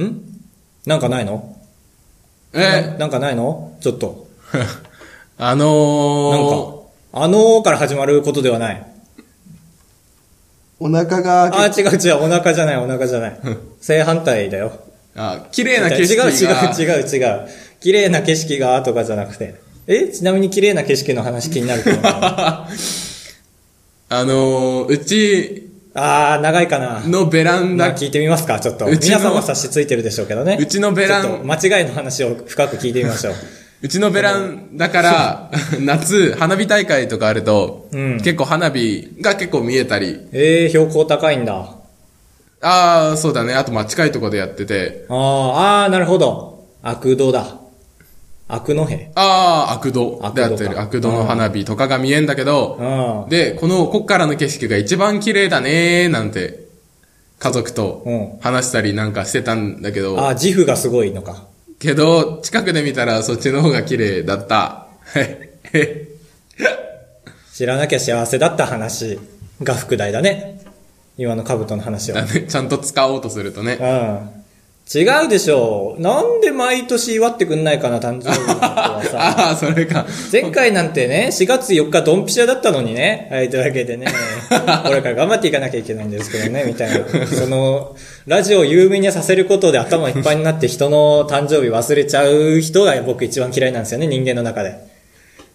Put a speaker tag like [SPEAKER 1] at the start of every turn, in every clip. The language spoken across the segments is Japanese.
[SPEAKER 1] んなんかないの
[SPEAKER 2] え
[SPEAKER 1] な なんかないのちょっと。
[SPEAKER 2] あの
[SPEAKER 1] なんか
[SPEAKER 2] ー、、
[SPEAKER 1] あのーから始まることではない。
[SPEAKER 2] お腹が
[SPEAKER 1] あ
[SPEAKER 2] 開け、
[SPEAKER 1] ー、違う違う、お腹じゃない、お腹じゃ ない。正反対だよ。
[SPEAKER 2] あ、綺麗な
[SPEAKER 1] 違う
[SPEAKER 2] 景色が。
[SPEAKER 1] 違う違う違う。綺麗な景色がとかじゃなくて。えちなみに綺麗な景色の話気になるけ ど。あ
[SPEAKER 2] あのー、うち
[SPEAKER 1] ー、長いかな。
[SPEAKER 2] のベラン
[SPEAKER 1] ま
[SPEAKER 2] ダ
[SPEAKER 1] あ、、聞いてみますか、ちょっと。
[SPEAKER 2] うち
[SPEAKER 1] 皆
[SPEAKER 2] の
[SPEAKER 1] さんは察しついてるでしょうけどね。
[SPEAKER 2] うちのベラン
[SPEAKER 1] ちょっと間違いの話を深く聞いてみましょう。
[SPEAKER 2] うちのベランダから 夏、花火大会とかあると、
[SPEAKER 1] うん
[SPEAKER 2] 結構花火が結構見えたり、
[SPEAKER 1] えー、標高高いんだ。あ
[SPEAKER 2] ああ、そうだね。あと、まあ、近いとこでやってて、
[SPEAKER 1] ー、あーなるほど。悪道だ。悪の兵。
[SPEAKER 2] ああ、悪道であって
[SPEAKER 1] 悪道
[SPEAKER 2] る。
[SPEAKER 1] か
[SPEAKER 2] 悪道の花火とかが見えんだけ
[SPEAKER 1] う
[SPEAKER 2] ど、
[SPEAKER 1] ん。
[SPEAKER 2] で、この、こっからの景色が一番綺麗だねーなんて、家族と
[SPEAKER 1] う
[SPEAKER 2] 話したりなんかしてたんだけど、
[SPEAKER 1] あー、自負がすごいのか。
[SPEAKER 2] けど、近くで見たらそっちの方が綺麗だった。 へっへっ
[SPEAKER 1] 知らなきゃ幸せだった話が副題だね。今の兜の話は
[SPEAKER 2] だ。ね。ちゃんと使おうとするとね。
[SPEAKER 1] うん。違うでしょう。なんで毎年祝ってくんないかな、誕生日のことはさ。
[SPEAKER 2] ああ、それか。
[SPEAKER 1] 前回なんてね、4月4日ドンピシャだったのにね。はい、というわけでね、これから頑張っていかなきゃいけないんですけどね、みたいな。その、ラジオを有名にさせることで頭いっぱいになって人の誕生日忘れちゃう人が僕一番嫌いなんですよね、人間の中で。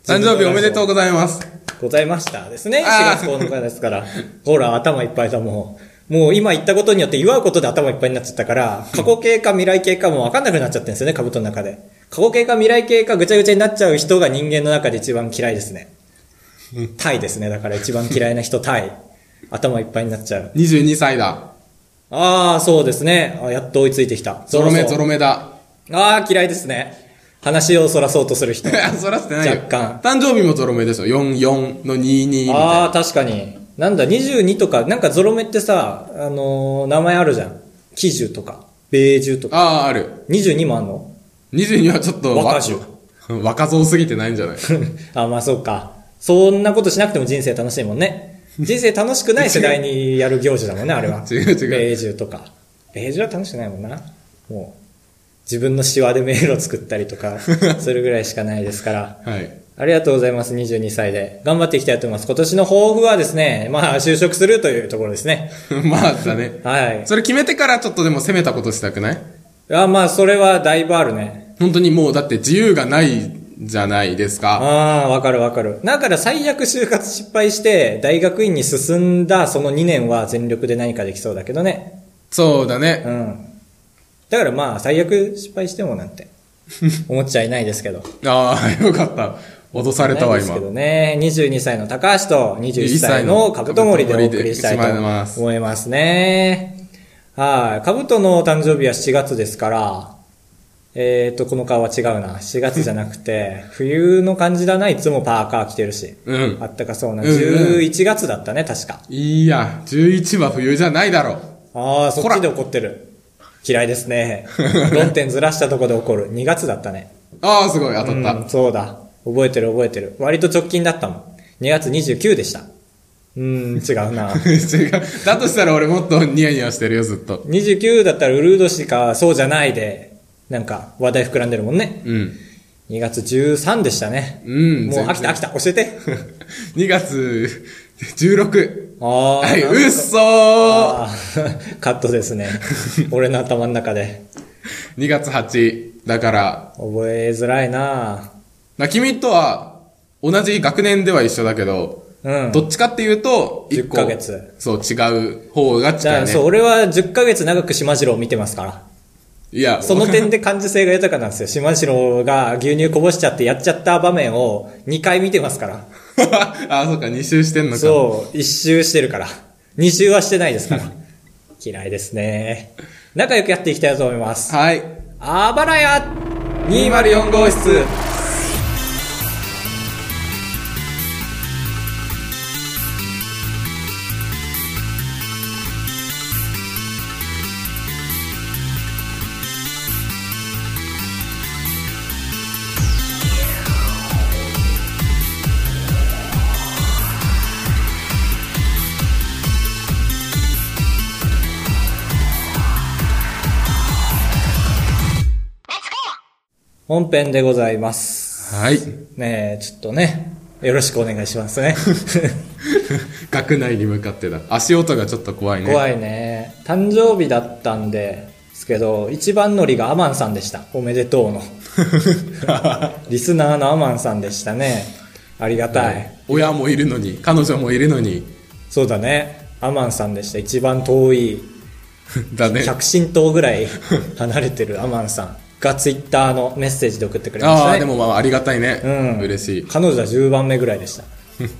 [SPEAKER 2] 誕生日おめでとう
[SPEAKER 1] う
[SPEAKER 2] ございます。
[SPEAKER 1] ございましたですね。4
[SPEAKER 2] あ
[SPEAKER 1] 月
[SPEAKER 2] ー
[SPEAKER 1] 9日ですから。ほら、頭いっぱいだもん。もう今言ったことによって祝うことで頭いっぱいになっちゃったから、過去形か未来形かもう分かんなくなっちゃってるんですよね、兜の中で。過去形か未来形かぐちゃぐちゃになっちゃう人が人間の中で一番嫌いですね。タイですね。だから一番嫌いな人、タイ。頭いっぱいになっちゃう。
[SPEAKER 2] 22歳だ。
[SPEAKER 1] ああ、そうですね。あやっと追いついてきた。
[SPEAKER 2] ゾロ目
[SPEAKER 1] そうそ
[SPEAKER 2] ゾ
[SPEAKER 1] う
[SPEAKER 2] ロ目だ。
[SPEAKER 1] ああ、嫌いですね。話をそらそうとする人。
[SPEAKER 2] いや、そらしてないよ。
[SPEAKER 1] 若干
[SPEAKER 2] 誕生日もゾロ目でしょ。44の22みたいな。
[SPEAKER 1] ああ、確かに。なんだ、22とか、なんかゾロ目ってさ、あのー名前あるじゃん。喜寿とか、米寿とか。
[SPEAKER 2] ああ、ある。
[SPEAKER 1] 22もあんの
[SPEAKER 2] 22はちょっと
[SPEAKER 1] 若女。
[SPEAKER 2] 若造すぎてないんじゃない
[SPEAKER 1] あ、まあそうか。そんなことしなくても人生楽しいもんね。人生楽しくない世代にやる行事だもんね、あれは。
[SPEAKER 2] 違う違う
[SPEAKER 1] 米寿とか。米寿は楽しくないもんな。もう、自分のシワで迷路作ったりと か、それぐらいしかないですから。
[SPEAKER 2] はい。
[SPEAKER 1] ありがとうございます。22歳で。頑張っていきたいと思います。今年の抱負はですね、まあ、就職するというところですね。
[SPEAKER 2] まあ、だね。
[SPEAKER 1] はい。
[SPEAKER 2] それ決めてからちょっとでも攻めたことしたくない
[SPEAKER 1] あまあ、それはだいぶあるね。
[SPEAKER 2] 本当にもうだって自由がないじゃないですか。
[SPEAKER 1] ああ、わかるわかる。だから最悪就活失敗して、大学院に進んだその2年は全力で何かできそうだけどね。
[SPEAKER 2] そうだね。
[SPEAKER 1] うん。だからまあ、最悪失敗してもなんて、思っちゃいないですけど。
[SPEAKER 2] ああ、 よかった。脅された
[SPEAKER 1] ない
[SPEAKER 2] わ、
[SPEAKER 1] です
[SPEAKER 2] 今
[SPEAKER 1] け。どね。22歳の高橋と21
[SPEAKER 2] 21
[SPEAKER 1] 歳
[SPEAKER 2] 歳
[SPEAKER 1] の
[SPEAKER 2] の
[SPEAKER 1] カブトモリでお送りしたいと
[SPEAKER 2] カブトモリでしまいます
[SPEAKER 1] 思いますね。はい。カブトの誕生日は7月ですから、えっ、と、この顔は違うな。4月じゃなく て、冬の感じだな。いつもパーカー着てるし。
[SPEAKER 2] うん
[SPEAKER 1] あったかそうな。
[SPEAKER 2] うんうん
[SPEAKER 1] 11月だったね、確か。
[SPEAKER 2] いいや、11は冬じゃないだろ
[SPEAKER 1] ああ、そ
[SPEAKER 2] こ
[SPEAKER 1] っ
[SPEAKER 2] ら
[SPEAKER 1] ちで怒って る。嫌いですね。論点ずらしたとこで怒る。2月だったね。
[SPEAKER 2] ああ、すごい、当たった。。
[SPEAKER 1] うん、そうだ。覚えてる覚えてる。割と直近だったもん。2月29でした。うーん、違うな
[SPEAKER 2] 違う。だとしたら俺もっとニヤニヤしてるよ、ずっと。
[SPEAKER 1] 29だったらウルード氏か、そうじゃないで、なんか話題膨らんでるもんね。
[SPEAKER 2] うん。
[SPEAKER 1] 2月13でしたね。
[SPEAKER 2] うん
[SPEAKER 1] もう
[SPEAKER 2] 全然
[SPEAKER 1] 飽きた飽きた、教えて。
[SPEAKER 2] 2月16。
[SPEAKER 1] ああ。
[SPEAKER 2] はい、
[SPEAKER 1] なん
[SPEAKER 2] うっそー
[SPEAKER 1] あー カットです ね。俺の頭の中で。
[SPEAKER 2] !2 月8。だから、
[SPEAKER 1] 覚えづらいな
[SPEAKER 2] まあ、君とは、同じ学年では一緒だけど、
[SPEAKER 1] うん。
[SPEAKER 2] どっちかっていうと、
[SPEAKER 1] 10
[SPEAKER 2] 一個
[SPEAKER 1] ヶ月
[SPEAKER 2] そう、違う方が
[SPEAKER 1] じゃ
[SPEAKER 2] 近
[SPEAKER 1] あ、
[SPEAKER 2] い
[SPEAKER 1] そう、
[SPEAKER 2] ね。
[SPEAKER 1] 俺は10ヶ月長く島次郎を見てますから。
[SPEAKER 2] いや、
[SPEAKER 1] その
[SPEAKER 2] わか
[SPEAKER 1] 点で感受性が豊かなんですよ。島次郎が牛乳こぼしちゃってやっちゃった場面を2回見てますから。
[SPEAKER 2] あ、そうか、2周してんのか。
[SPEAKER 1] そう、1周してるから。2周はしてないですから。嫌いですね。仲良くやっていきたいと思います。
[SPEAKER 2] はい。
[SPEAKER 1] あばらや
[SPEAKER 2] 204号室。
[SPEAKER 3] 「
[SPEAKER 1] 本編でございます。
[SPEAKER 2] はい。
[SPEAKER 1] ねえ、ちょっとね、よろしくお願いしますね。
[SPEAKER 2] 学内に向かってだ。足音がちょっと怖いね。 い。
[SPEAKER 1] 怖い ね。誕生日だったんで、ですけど、一番乗りがアマンさんでした。おめでとうの。リスナーのアマンさんでしたね。ありがたい。
[SPEAKER 2] 親もいるのに、彼女もいるのに、
[SPEAKER 1] そうだね。アマンさんでした。一番遠い、
[SPEAKER 2] だね。
[SPEAKER 1] 百神島ぐ らい離れてるアマンさんがツイッターのメッセージで送ってくれました、
[SPEAKER 2] あ
[SPEAKER 1] ね。
[SPEAKER 2] あ、でもまあありがたいね。
[SPEAKER 1] うん。
[SPEAKER 2] 嬉しい。
[SPEAKER 1] 彼女は10番目ぐらいでした。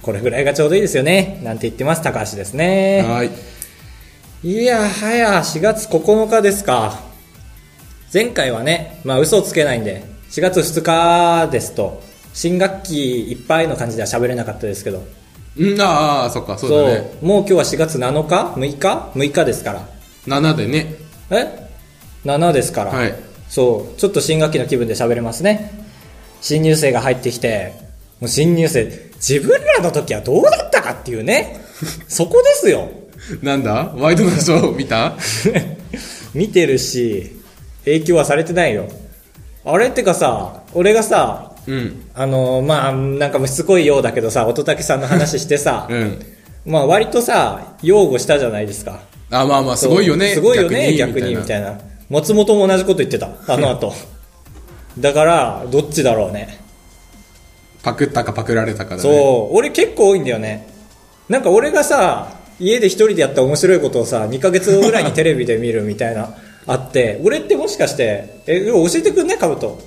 [SPEAKER 1] これぐらいがちょうどいいですよね。なんて言ってます、高橋ですね。
[SPEAKER 2] はい。
[SPEAKER 1] いやはや4月9日ですか前回はねまあ嘘をつけないんで4月2日ですと新学期いっぱいの感じでは喋れなかったですけど
[SPEAKER 2] うん、ああ、そっか、そうだね。
[SPEAKER 1] そうもう今日は4月7日6日6日ですから
[SPEAKER 2] 7でね。
[SPEAKER 1] え7ですから、
[SPEAKER 2] はい。
[SPEAKER 1] そうちょっと新学期の気分で喋れますね新入生が入ってきてもう新入生自分らの時はどうだったかっていう ねそこですよ
[SPEAKER 2] なんだワイドナショー見 た
[SPEAKER 1] 見てるし影響はされてないよあれってかさ俺がさ
[SPEAKER 2] うん。
[SPEAKER 1] あのまあなんかもうしつこいようだけどさ乙武さんの話してさ、
[SPEAKER 2] うん。
[SPEAKER 1] まあ割とさ擁護したじゃないですか
[SPEAKER 2] あ、まあまあ、すごいよね。
[SPEAKER 1] そうすごいよね逆にみたいな松本も同じこと言ってたあの後 だからどっちだろうね
[SPEAKER 2] パクったかパクられたかだね。
[SPEAKER 1] そう俺結構多いんだよねなんか俺がさ家で一人でやった面白いことをさ2ヶ月後ぐらいにテレビで見るみたいな あって俺ってもしかしてえ教えてくんねカブト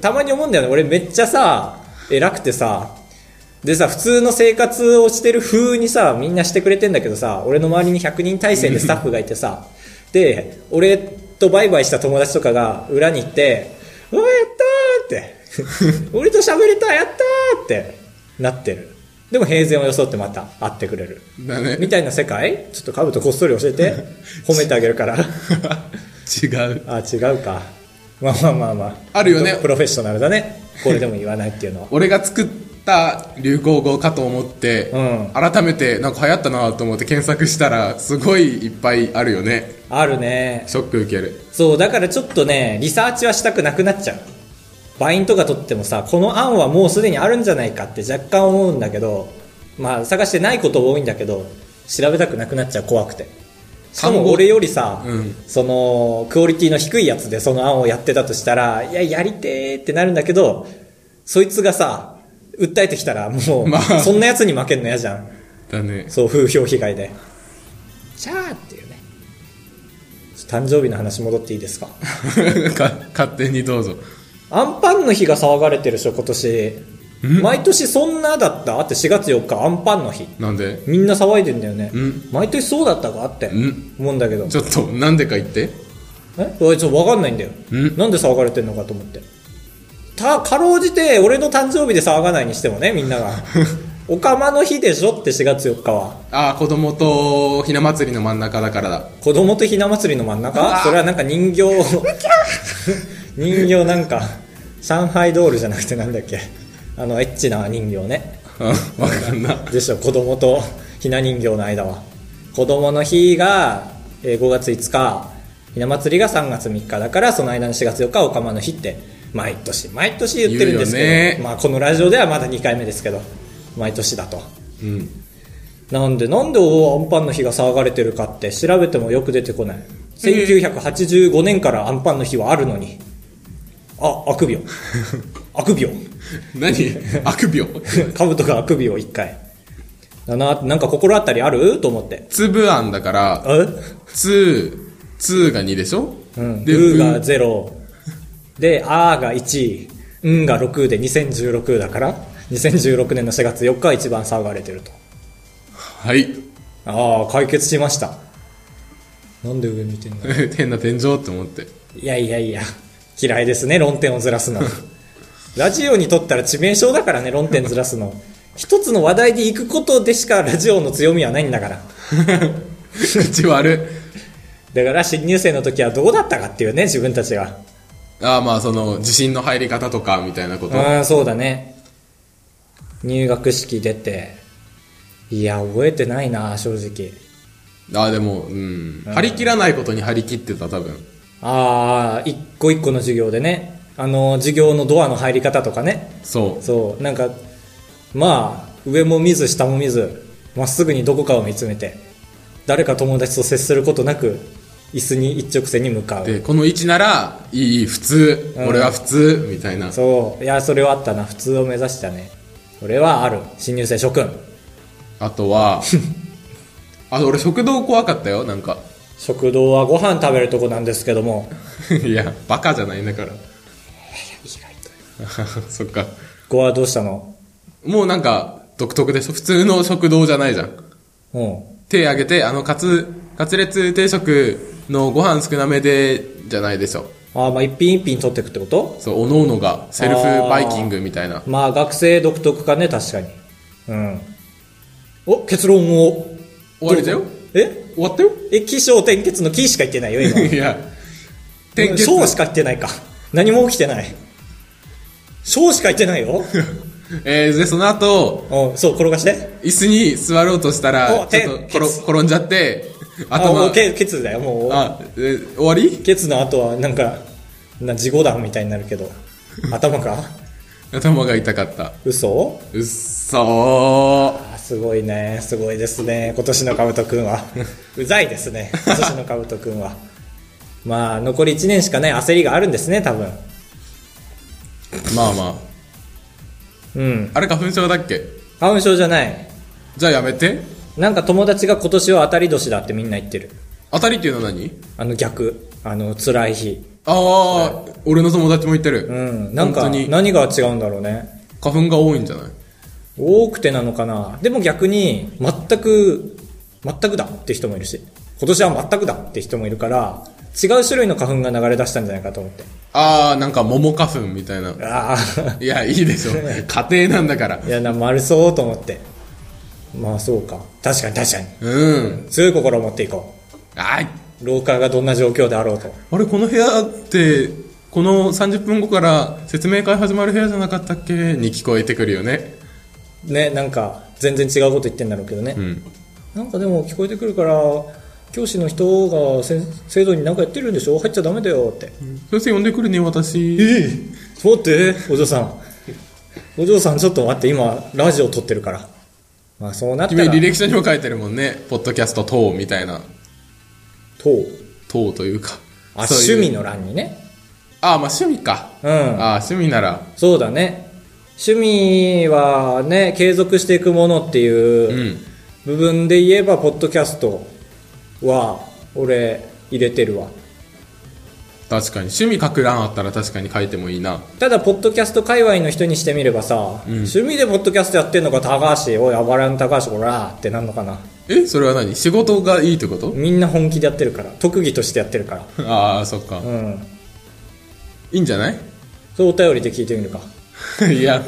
[SPEAKER 1] たまに思うんだよね俺めっちゃさ偉くてさでさ普通の生活をしてる風にさみんなしてくれてんだけどさ俺の周りに100人体 制でスタッフがいてさで俺とバイバイした友達とかが裏に行って「うわやったー!」って 「俺と喋れたやったー!」ってなってるでも平然を装ってまた会ってくれる
[SPEAKER 2] だね。
[SPEAKER 1] みたいな世界ちょっとカブとこっそり教えて褒めてあげるから
[SPEAKER 2] 違う。
[SPEAKER 1] あ違うかまあまあまあまあ
[SPEAKER 2] あるよね
[SPEAKER 1] プロフェッショナルだねこれでも言わないっていうのは
[SPEAKER 2] 俺が作った流行語かと思って、
[SPEAKER 1] うん
[SPEAKER 2] 改めてなんか流行ったなと思って検索したら、すごいいっぱいあるよね。
[SPEAKER 1] あるね
[SPEAKER 2] ショック受ける。
[SPEAKER 1] そう、だからちょっとね、リサーチはしたくなくなっちゃう。バインとか取ってもさ、この案はもうすでにあるんじゃないかって若干思うんだけど、まあ探してないこと多いんだけど、調べたくなくなっちゃう怖くて。しか
[SPEAKER 2] 単
[SPEAKER 1] も
[SPEAKER 2] 語
[SPEAKER 1] 俺よりさ、
[SPEAKER 2] うん
[SPEAKER 1] その、クオリティの低いやつでその案をやってたとしたら、いや、やりてーってなるんだけど、そいつがさ、訴えてきたらもう、
[SPEAKER 2] まあ
[SPEAKER 1] そんなやつに負けんの嫌じゃん。
[SPEAKER 2] だね。
[SPEAKER 1] そう、風評被害で。チャーっていうね。誕生日の話戻っていいですか
[SPEAKER 2] か勝手にどうぞ。
[SPEAKER 1] アンパンの日が騒がれてるでしょ、今年。毎年そんなだったって4月4日、アンパンの日。
[SPEAKER 2] なんで
[SPEAKER 1] みんな騒いでんだよね
[SPEAKER 2] ん。
[SPEAKER 1] 毎年そうだったかって
[SPEAKER 2] ん
[SPEAKER 1] 思うんだけど。
[SPEAKER 2] ちょっと、なんでか言って。
[SPEAKER 1] えおいちょっとわかんないんだよ。
[SPEAKER 2] ん
[SPEAKER 1] なんで騒がれてんのかと思って。た、かろうじて俺の誕生日で騒がないにしてもね、みんなが。おかまの日でしょって4月4日は。
[SPEAKER 2] ああ、子供とひな祭りの真ん中だからだ。
[SPEAKER 1] 子供とひな祭りの真ん中それはなんか人形を 人形なんか上海ドールじゃなくてなんだっけあのエッチな人形ね
[SPEAKER 2] うんわかんな。
[SPEAKER 1] でしょ子供とひな人形の間は子供の日がえー5月5日ひな祭りが3月3日だからその間の4月4日はおかまの日って毎年毎年言ってるんですけど、
[SPEAKER 2] 言うよね
[SPEAKER 1] まあ、このラジオではまだ2回目ですけど毎年だと
[SPEAKER 2] うん。
[SPEAKER 1] なんで、なんでおアンパンの日が騒がれてるかって調べてもよく出てこない。
[SPEAKER 2] え
[SPEAKER 1] 1985年からアンパンの日はあるのに。あ、あく びを。あくびを。
[SPEAKER 2] 何あくびょう。
[SPEAKER 1] カブトがあくびを一回。だな、なんか心当たりあると思って。
[SPEAKER 2] つぶあんだから、
[SPEAKER 1] え
[SPEAKER 2] つ、つが2でしょ
[SPEAKER 1] うん。
[SPEAKER 2] で、
[SPEAKER 1] ルー
[SPEAKER 2] う
[SPEAKER 1] が
[SPEAKER 2] ん
[SPEAKER 1] 0。で、あーが1。うんが6で2016だから、2016年の4月4日が一番騒がれてると。
[SPEAKER 2] はい。
[SPEAKER 1] ああ、解決しました。なんで上見てんだ
[SPEAKER 2] 変な天井って思って。
[SPEAKER 1] いやいやいや、嫌いですね、論点をずらすの。ラジオにとったら致命傷だからね、論点ずらすの。一つの話題で行くことでしかラジオの強みはないんだから。
[SPEAKER 2] 口悪い。
[SPEAKER 1] だから新入生の時はどうだったかっていうね、自分たちが。
[SPEAKER 2] ああ、まあその、地震の入り方とか、みたいなこと。
[SPEAKER 1] ああ、そうだね。入学式出て。いや、覚えてないな、正直。
[SPEAKER 2] ああ、でも、うん。張り切らないことに張り切ってた、多分。
[SPEAKER 1] ああ、一個一個の授業でね。あの、授業のドアの入り方とかね。
[SPEAKER 2] そ
[SPEAKER 1] そう、なんか、まあ、上も見ず下も見ず、まっすぐにどこかを見つめて、誰か友達と接することなく、椅子に一直線に向か
[SPEAKER 2] う。
[SPEAKER 1] う。
[SPEAKER 2] で、この位置なら、いい、いい、普通、
[SPEAKER 1] うん
[SPEAKER 2] 俺は普通、みたいな。
[SPEAKER 1] そう、いや、それはあったな。普通を目指したね。それはある。新入生諸君。
[SPEAKER 2] あ とは、あと俺食堂怖かったよ、なんか。
[SPEAKER 1] 食堂はご飯食べるとこなんですけども、
[SPEAKER 2] いや、バカじゃないんだから。 そっか。
[SPEAKER 1] ごはどうしたの
[SPEAKER 2] もうなんか、独特でしょ普通の食堂じゃないじゃん。
[SPEAKER 1] うん。
[SPEAKER 2] 手挙げて、あの、カツ、カツレツ定食のご飯少なめで、じゃないでしょ。
[SPEAKER 1] ああ、まあ一品一品取っていくってこと
[SPEAKER 2] そう、おのおのが、セルフバイキングみたいな。
[SPEAKER 1] まあ学生独特かね、確かに。うん。お、結論を。
[SPEAKER 2] 終わりだよ
[SPEAKER 1] え
[SPEAKER 2] 終わったよ
[SPEAKER 1] え、起承転結の起しか言ってないよ、 今。
[SPEAKER 2] いや、点結。
[SPEAKER 1] 章しか言ってないか。何も起きてない。章しか言ってない よ。
[SPEAKER 2] えー、で、その後、
[SPEAKER 1] うん、そう、転がして。
[SPEAKER 2] 椅子に座ろうとした
[SPEAKER 1] お
[SPEAKER 2] ら、ち
[SPEAKER 1] 手
[SPEAKER 2] ょっと転
[SPEAKER 1] ケツ
[SPEAKER 2] 転んじゃって、
[SPEAKER 1] あ、も
[SPEAKER 2] 頭
[SPEAKER 1] う、、ケケツだよ、もう。
[SPEAKER 2] あ、えー終わり
[SPEAKER 1] ケツの後は、なんか、な、自語談みたいになるけど。頭か
[SPEAKER 2] 頭が痛かった。
[SPEAKER 1] 嘘
[SPEAKER 2] うっそー。
[SPEAKER 1] あ、すごいね。すごいですね。今年のカブトくんは。 うざいですね。今年のカブトくんは。まあ、残り1年しかね、焦りがあるんですね、多分。
[SPEAKER 2] まあまあ。
[SPEAKER 1] うん。
[SPEAKER 2] あれ花粉症だっけ
[SPEAKER 1] 花粉症じゃない。
[SPEAKER 2] じゃあやめて。
[SPEAKER 1] なんか友達が今年は当たり年だってみんな言ってる。
[SPEAKER 2] 当たりっていうのは何
[SPEAKER 1] あの逆。あの、辛い日。
[SPEAKER 2] ああ、俺の友達も言ってる。
[SPEAKER 1] うん、なんか
[SPEAKER 2] 本当に
[SPEAKER 1] 何が違うんだろうね
[SPEAKER 2] 花粉が多いんじゃない
[SPEAKER 1] 多くてなのかなでも逆に全く全くだって人もいるし今年は全くだって人もいるから違う種類の花粉が流れ出したんじゃないかと思って
[SPEAKER 2] ああ、なんか桃花粉みた いな。
[SPEAKER 1] ああ
[SPEAKER 2] いや、いいでしょ。家庭なんだから
[SPEAKER 1] い。やな丸そうと思ってまあそうか確かに確かに
[SPEAKER 2] うん。
[SPEAKER 1] 強い心を持っていこ
[SPEAKER 2] あい。
[SPEAKER 1] う廊下がどんな状況であろうと
[SPEAKER 2] あれ、この部屋って、この30分後から説明会始まる部屋じゃなかったっけに聞こえてくるよね。
[SPEAKER 1] ねなんか全然違うこと言ってんだろうけどね、
[SPEAKER 2] うん。
[SPEAKER 1] なんかでも聞こえてくるから教師の人がせん生徒に何かやってるんでしょ入っちゃダメだよって
[SPEAKER 2] 先生呼んでくるね、私。
[SPEAKER 1] ええちょっと待って、お嬢さん。お嬢さん、ちょっと待って、今、ラジオ撮ってるから。まあ、そうなった
[SPEAKER 2] 君、
[SPEAKER 1] ら、
[SPEAKER 2] 履歴書にも書いてるもんね。ポッドキャスト等みたいな。
[SPEAKER 1] とう
[SPEAKER 2] 等というか。
[SPEAKER 1] あ、
[SPEAKER 2] そういう
[SPEAKER 1] 趣味の欄にね。
[SPEAKER 2] ああ、まあ趣味か。
[SPEAKER 1] うん。
[SPEAKER 2] ああ、趣味なら。
[SPEAKER 1] そうだね。趣味はね、継続していくものって
[SPEAKER 2] う。
[SPEAKER 1] いうん部分で言えば、ポッドキャストは、俺、入れてるわ。
[SPEAKER 2] 確かに。趣味書く欄あったら確かに書いてもいいな。
[SPEAKER 1] ただ、ポッドキャスト界隈の人にしてみればさ、趣味でポッドキャストやってんのか、高橋、おい、暴れの高橋、こらーってなんのかな。
[SPEAKER 2] えそれは何仕事がいいってこと
[SPEAKER 1] みんな本気でやってるから。特技としてやってるから。
[SPEAKER 2] ああ、そっか。
[SPEAKER 1] うん。
[SPEAKER 2] いいんじゃない
[SPEAKER 1] そうお便りで聞いてみるか
[SPEAKER 2] いや、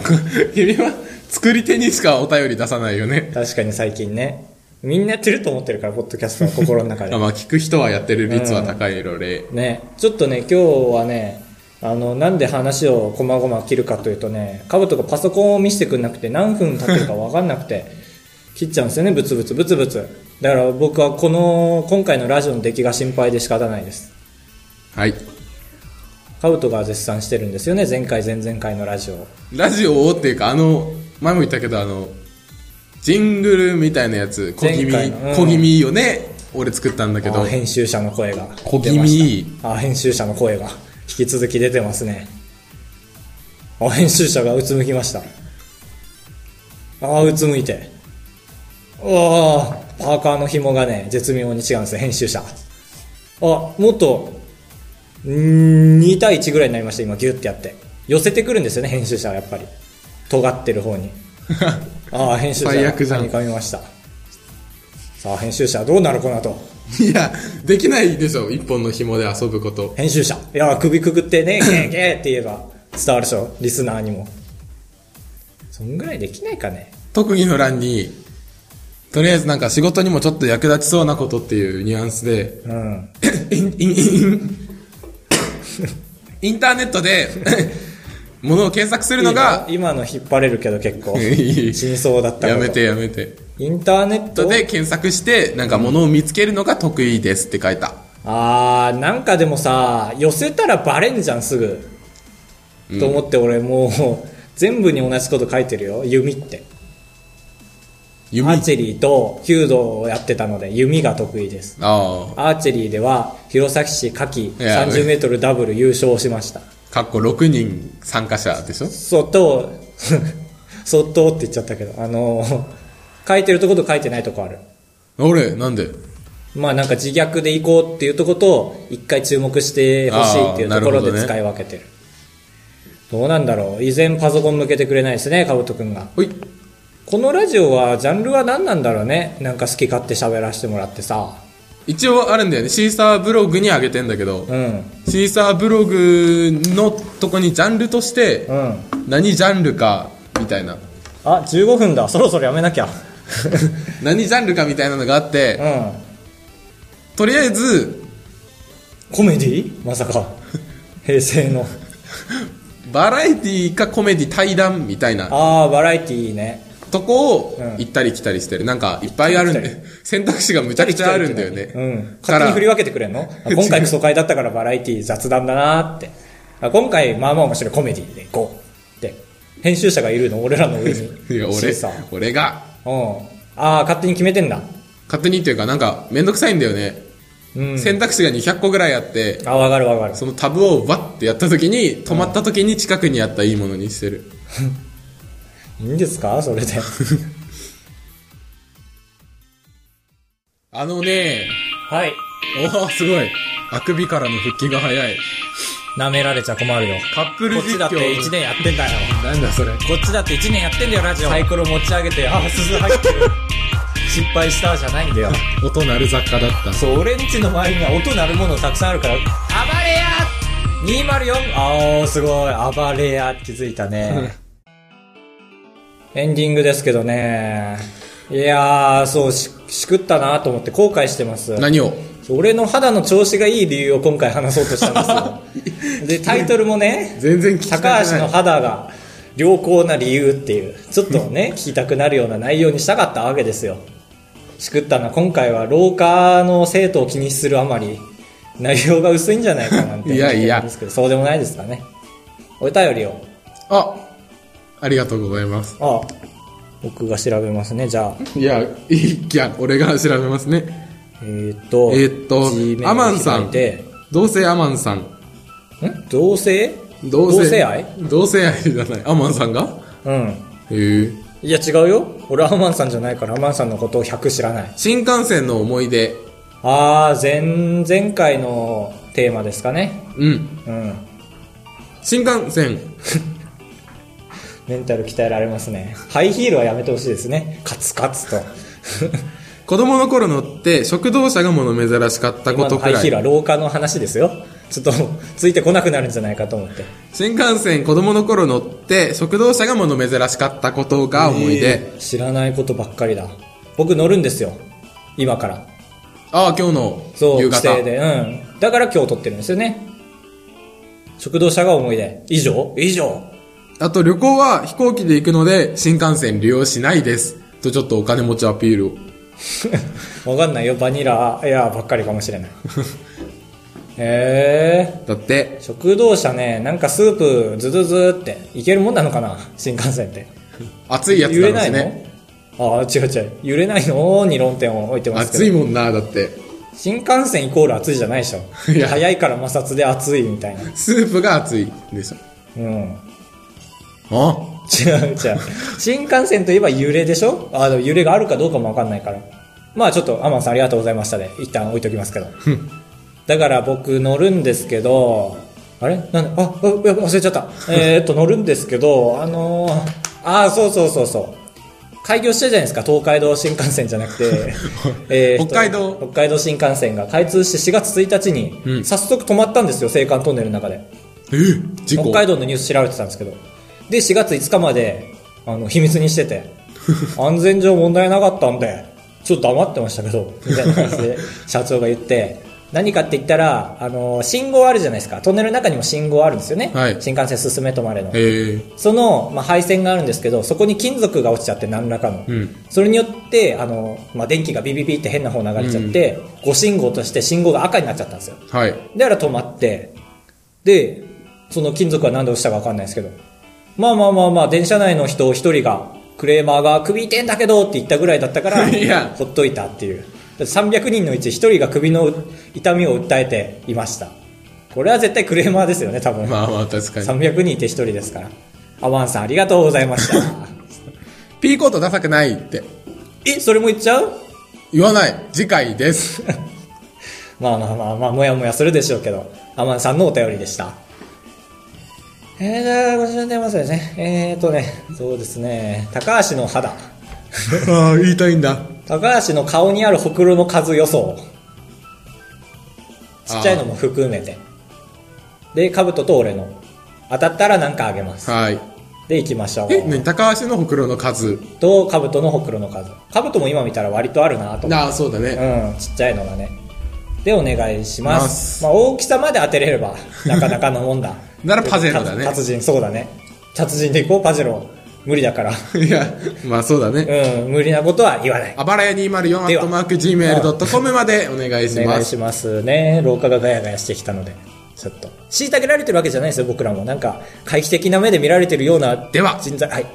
[SPEAKER 2] 君は作り手にしかお便り出さないよね。
[SPEAKER 1] 確かに最近ねみんなやってると思ってるからポッドキャストは心の中
[SPEAKER 2] あ
[SPEAKER 1] で
[SPEAKER 2] まあ、聞く人はやってる率は高いよね。
[SPEAKER 1] ねちょっとね今日はねあのなんで話をこまごま切るかというとねカブトがパソコンを見せてくんなくて何分経ってるか分かんなくて切っちゃうんですよねブツブツブツブツだから僕はこの今回のラジオの出来が心配で仕方ないです
[SPEAKER 2] はい。
[SPEAKER 1] カブトが絶賛してるんですよね前回前々回のラジオ
[SPEAKER 2] ラジオをっていうか、あの、前も言ったけど、あの、ジングルみたいなやつ、小気味、
[SPEAKER 1] 前回のうん
[SPEAKER 2] 小気味いいよね。俺作ったんだけ
[SPEAKER 1] あ
[SPEAKER 2] ど。
[SPEAKER 1] 編集者の声が
[SPEAKER 2] 小気
[SPEAKER 1] 出ま
[SPEAKER 2] 味
[SPEAKER 1] した
[SPEAKER 2] いい。
[SPEAKER 1] あ、編集者の声が引き続き出てますね。あ、編集者がうつむきました。あ、うつむいて。おー、パーカーの紐がね、絶妙に違うんですよ、編集者。あ、もっと、んー2対1ぐらいになりました、今、ギュってやって。寄せてくるんですよね、編集者はやっぱり。尖ってる方に。あー、編集者
[SPEAKER 2] 最悪じゃん
[SPEAKER 1] にかみました。さあ、編集者はどうなるこの後。
[SPEAKER 2] いや、できないでしょ。一本の紐で遊ぶこと。
[SPEAKER 1] 編集者。いや、首くくって ね、ゲーゲーって言えば伝わるでしょリスナーにも。そんぐらいできないかね。
[SPEAKER 2] 特技の欄に、とりあえずなんか仕事にもちょっと役立ちそうなことっていうニュアンスで、
[SPEAKER 1] うん。
[SPEAKER 2] イン、イン、イン、 インターネットで、ものを検索するのが、
[SPEAKER 1] いいな今の引っ張れるけど結構。
[SPEAKER 2] いい
[SPEAKER 1] 死にそうだったこと
[SPEAKER 2] やめて。やめて。
[SPEAKER 1] インターネット
[SPEAKER 2] で、検索して、なんかものを見つけるのが得意ですって書いた。
[SPEAKER 1] あー、なんかでもさ、寄せたらバレんじゃん、すぐ。
[SPEAKER 2] うん
[SPEAKER 1] と思って俺もう全部に同じこと書いてるよ弓ってア
[SPEAKER 2] 弓
[SPEAKER 1] ーチェリーと弓道をやってたので弓が得意です
[SPEAKER 2] あ
[SPEAKER 1] アーチェリーでは弘前市夏季
[SPEAKER 2] いや
[SPEAKER 1] 30m ダブル優勝しました
[SPEAKER 2] あかっこ6人参加者でしょ
[SPEAKER 1] そっ とそっとって言っちゃったけどあの書いてるとこと書いてないとこある
[SPEAKER 2] 俺なんで
[SPEAKER 1] まあなんか自虐でいこうっていうとこと一回注目してほしいっていうところ
[SPEAKER 2] あーなるほど
[SPEAKER 1] で
[SPEAKER 2] ね
[SPEAKER 1] 使い分けてるどうなんだろう依然パソコン向けてくれないですねかぶとくんが
[SPEAKER 2] おい
[SPEAKER 1] このラジオはジャンルは何なんだろうねなんか好き勝手喋らせてもらってさ
[SPEAKER 2] 一応あるんだよねシーサーブログに上げてんだけど
[SPEAKER 1] うん
[SPEAKER 2] シーサーブログのとこにジャンルとして
[SPEAKER 1] うん
[SPEAKER 2] 何ジャンルかみたいな
[SPEAKER 1] あ15分だそろそろやめなきゃ
[SPEAKER 2] 何ジャンルかみたいなのがあっ
[SPEAKER 1] う
[SPEAKER 2] て
[SPEAKER 1] ん
[SPEAKER 2] とりあえず
[SPEAKER 1] コメディまさか平成の
[SPEAKER 2] バラエティかコメディ対談みたいな
[SPEAKER 1] ああバラエティーね
[SPEAKER 2] とこを
[SPEAKER 1] うん
[SPEAKER 2] 行ったり来たりしてるなんかいっぱいあるん
[SPEAKER 1] 行った
[SPEAKER 2] で選択肢がむちゃくちゃあるんだよね
[SPEAKER 1] うん。
[SPEAKER 2] か
[SPEAKER 1] 勝手に
[SPEAKER 2] ら
[SPEAKER 1] 振り分けてくれんの あ今回クソ会だったからバラエティ雑談だなって。あ今回まあまあ面白いコメディでいこうって。編集者がいるの俺らの上に。
[SPEAKER 2] いや
[SPEAKER 1] シー
[SPEAKER 2] 俺
[SPEAKER 1] サー
[SPEAKER 2] 俺が
[SPEAKER 1] うん。ああ、勝手に決めてんだ。
[SPEAKER 2] 勝手にっていうかなんかめんどくさいんだよね
[SPEAKER 1] うん。
[SPEAKER 2] 選択肢が200個ぐらいあって
[SPEAKER 1] あ、わかるわかる。
[SPEAKER 2] そのタブをバッてやった時に止まった時に近くにあったいいものにしてる
[SPEAKER 1] いいんですかそ れで。
[SPEAKER 2] あのね
[SPEAKER 1] はい。
[SPEAKER 2] おおすごいあくびからの復帰が早い
[SPEAKER 1] 舐められちゃ困るよ。
[SPEAKER 2] カップル
[SPEAKER 1] こっち
[SPEAKER 2] 実況
[SPEAKER 1] だって1年やってんだよ。
[SPEAKER 2] なんだそれ
[SPEAKER 1] こっちだって1年やってんだよ、ラジオ。サイコロ持ち上げて、ああ、鈴入ってる。 失敗したじゃないんだよ。
[SPEAKER 2] 音鳴る雑貨だった
[SPEAKER 1] そう、俺んちの周りには音鳴るものたくさんあるから、暴れや !204! あー、すごい、暴れや気づいたね。エンディングですけどね。いやー、そう、し、しくったなと思って後悔してます。
[SPEAKER 2] 何を
[SPEAKER 1] 俺の肌の調子がいい理由を今回話そうとしたんですよ。で、タイトルもね、
[SPEAKER 2] 全然聞きたくな
[SPEAKER 1] 高
[SPEAKER 2] い
[SPEAKER 1] 橋の肌が良好な理由っていう、ちょっと ね、聞きたくなるような内容にしたかったわけですよ。しくったな、今回は廊下の生徒を気にするあまり、内容が薄いんじゃないかなんて
[SPEAKER 2] いやい
[SPEAKER 1] 思って
[SPEAKER 2] や
[SPEAKER 1] るんですけど、そうでもないですかね。お便りを。
[SPEAKER 2] あありがとうございます
[SPEAKER 1] ああ、僕が調べますね、じゃあ。
[SPEAKER 2] いやいいいや俺が調べますね
[SPEAKER 1] えーっと、
[SPEAKER 2] えーっと
[SPEAKER 1] Gmail を
[SPEAKER 2] アマンさ
[SPEAKER 1] 開
[SPEAKER 2] ん
[SPEAKER 1] いて
[SPEAKER 2] 同性アマンさん
[SPEAKER 1] ん同性
[SPEAKER 2] 同性
[SPEAKER 1] 愛
[SPEAKER 2] 同性愛じゃないアマンさんが
[SPEAKER 1] うん。
[SPEAKER 2] へえ
[SPEAKER 1] いや違うよ。俺アマンさんじゃないから、アマンさんのことを100知らない。
[SPEAKER 2] 新幹線の思い出
[SPEAKER 1] あー、前、前回のテーマですかね。
[SPEAKER 2] うん
[SPEAKER 1] うん。
[SPEAKER 2] 新幹線
[SPEAKER 1] メンタル鍛えられますね。ハイヒールはやめてほしいですね。カツカツと。
[SPEAKER 2] 子供の頃乗って食堂車がもの珍しかったこ
[SPEAKER 1] 今の
[SPEAKER 2] と
[SPEAKER 1] ハ
[SPEAKER 2] く
[SPEAKER 1] イ
[SPEAKER 2] ら
[SPEAKER 1] ヒール
[SPEAKER 2] い
[SPEAKER 1] は廊下の話ですよ。ちょっと、ついてこなくなるんじゃないかと思って。
[SPEAKER 2] 新幹線子供の頃乗って食堂車がもの珍しかったことが思い出、
[SPEAKER 1] 知らないことばっかりだ。僕乗るんですよ。今から。
[SPEAKER 2] ああ今日の
[SPEAKER 1] そう、
[SPEAKER 2] 夕
[SPEAKER 1] 指
[SPEAKER 2] 方
[SPEAKER 1] 定で。うん。だから今日撮ってるんですよね。食堂車が思い出。以上以上。
[SPEAKER 2] あと旅行は飛行機で行くので新幹線利用しないですとちょっとお金持ちアピールを
[SPEAKER 1] わかんないよ、バニラエアーばっかりかもしれない。へえ。
[SPEAKER 2] だって
[SPEAKER 1] 食堂車ね、なんかスープズズズって、いけるもんなのかな新幹線って。
[SPEAKER 2] 暑いやつ
[SPEAKER 1] 揺
[SPEAKER 2] な
[SPEAKER 1] れ
[SPEAKER 2] んで
[SPEAKER 1] な
[SPEAKER 2] す
[SPEAKER 1] い
[SPEAKER 2] ね
[SPEAKER 1] のああ、違う違う。揺れないのに論点を置いてます
[SPEAKER 2] 暑
[SPEAKER 1] け
[SPEAKER 2] い
[SPEAKER 1] ど。
[SPEAKER 2] もんなだって
[SPEAKER 1] 新幹線イコール暑いじゃないでしょ。
[SPEAKER 2] いや
[SPEAKER 1] 早いから摩擦で暑いみたいな。
[SPEAKER 2] スープが暑いでしょ
[SPEAKER 1] うん。
[SPEAKER 2] あ
[SPEAKER 1] 違う違う。新幹線といえば揺れでしょあの、でも揺れがあるかどうかもわかんないから。まあちょっと、アマンさんありがとうございましたで、一旦置いときますけど。だから僕乗るんですけど、あれなんだあ、あやば忘れちゃった。えー、っと、乗るんですけど、あのー、あー、そうそうそうそう。開業してるじゃないですか、東海道新幹線じゃなく て、えーっと
[SPEAKER 2] 北海道
[SPEAKER 1] 北海道新幹線が開通して4月1日に、
[SPEAKER 2] うん
[SPEAKER 1] 早速止まったんですよ、青函トンネルの中で。
[SPEAKER 2] え事故
[SPEAKER 1] 北海道のニュース調べてたんですけど。で、4月5日まで、あの、秘密にして て、安全上問題なかったんで、ちょっと黙ってましたけど、みたいな感じ で、社長が言って、何かって言ったら、あの、信号あるじゃないですか。トンネルの中にも信号あるんですよね。
[SPEAKER 2] はい
[SPEAKER 1] 新幹線進め止まれの。
[SPEAKER 2] ええ
[SPEAKER 1] その、まあ、配線があるんですけど、そこに金属が落ちちゃって、何らかの。
[SPEAKER 2] うん
[SPEAKER 1] それによって、あの、まあ、電気がビビビって変な方流れちゃって、誤信号として信号が赤になっちゃったんですよ。
[SPEAKER 2] はい
[SPEAKER 1] だから止まって、で、その金属は何で落ちたか分かんないですけど。まあまあまあまあ、電車内の人一人が、クレーマーが首痛いんだけどって言ったぐらいだったから、
[SPEAKER 2] いや
[SPEAKER 1] ほっといたっていう。300人のうち一人が首の痛みを訴えていました。これは絶対クレーマーですよね、多分。
[SPEAKER 2] まあまあ確かに。
[SPEAKER 1] 300人いて一人ですから。アマンさんありがとうございま した。
[SPEAKER 2] ピーコートダサくないって
[SPEAKER 1] え、それも言っちゃう
[SPEAKER 2] 言わない。次回 です。
[SPEAKER 1] まあまあまあまあ、もやもやするでしょうけど、アマンさんのお便りでした。えー、じゃあ、ご紹介ますよね。えーとね、そうですね、高橋の肌。
[SPEAKER 2] ああ、言いたいんだ。
[SPEAKER 1] 高橋の顔にあるほくろの数予想。ちっちゃいのも含めて。で、カブトと俺の。当たったらなんかあげます。
[SPEAKER 2] はい。
[SPEAKER 1] で、行きましょう。
[SPEAKER 2] え、ね、高橋のほくろの数。
[SPEAKER 1] と、カブトのほくろの数。カブトも今見たら割とあるなと思って
[SPEAKER 2] ああ、そうだね。
[SPEAKER 1] うん、ちっちゃいのがね。で、お願いします。
[SPEAKER 2] ます
[SPEAKER 1] まあ、大きさまで当てれれば、なかなかのもんだ。
[SPEAKER 2] ならパジェロだね
[SPEAKER 1] 達達人、そうだね。達人でいこう、パジェロ。無理だから。
[SPEAKER 2] いや、まあそうだね。
[SPEAKER 1] うん、無理なことは言わない。
[SPEAKER 2] あばらや204アットマーク Gmail.com までお願いし
[SPEAKER 1] お願
[SPEAKER 2] ま
[SPEAKER 1] い
[SPEAKER 2] す。
[SPEAKER 1] しますね。廊下がガヤガヤしてきたので、ちょっと。虐げられてるわけじゃないですよ、僕らも。なんか、回帰的な目で見られてるような
[SPEAKER 2] では
[SPEAKER 1] 人材、はい。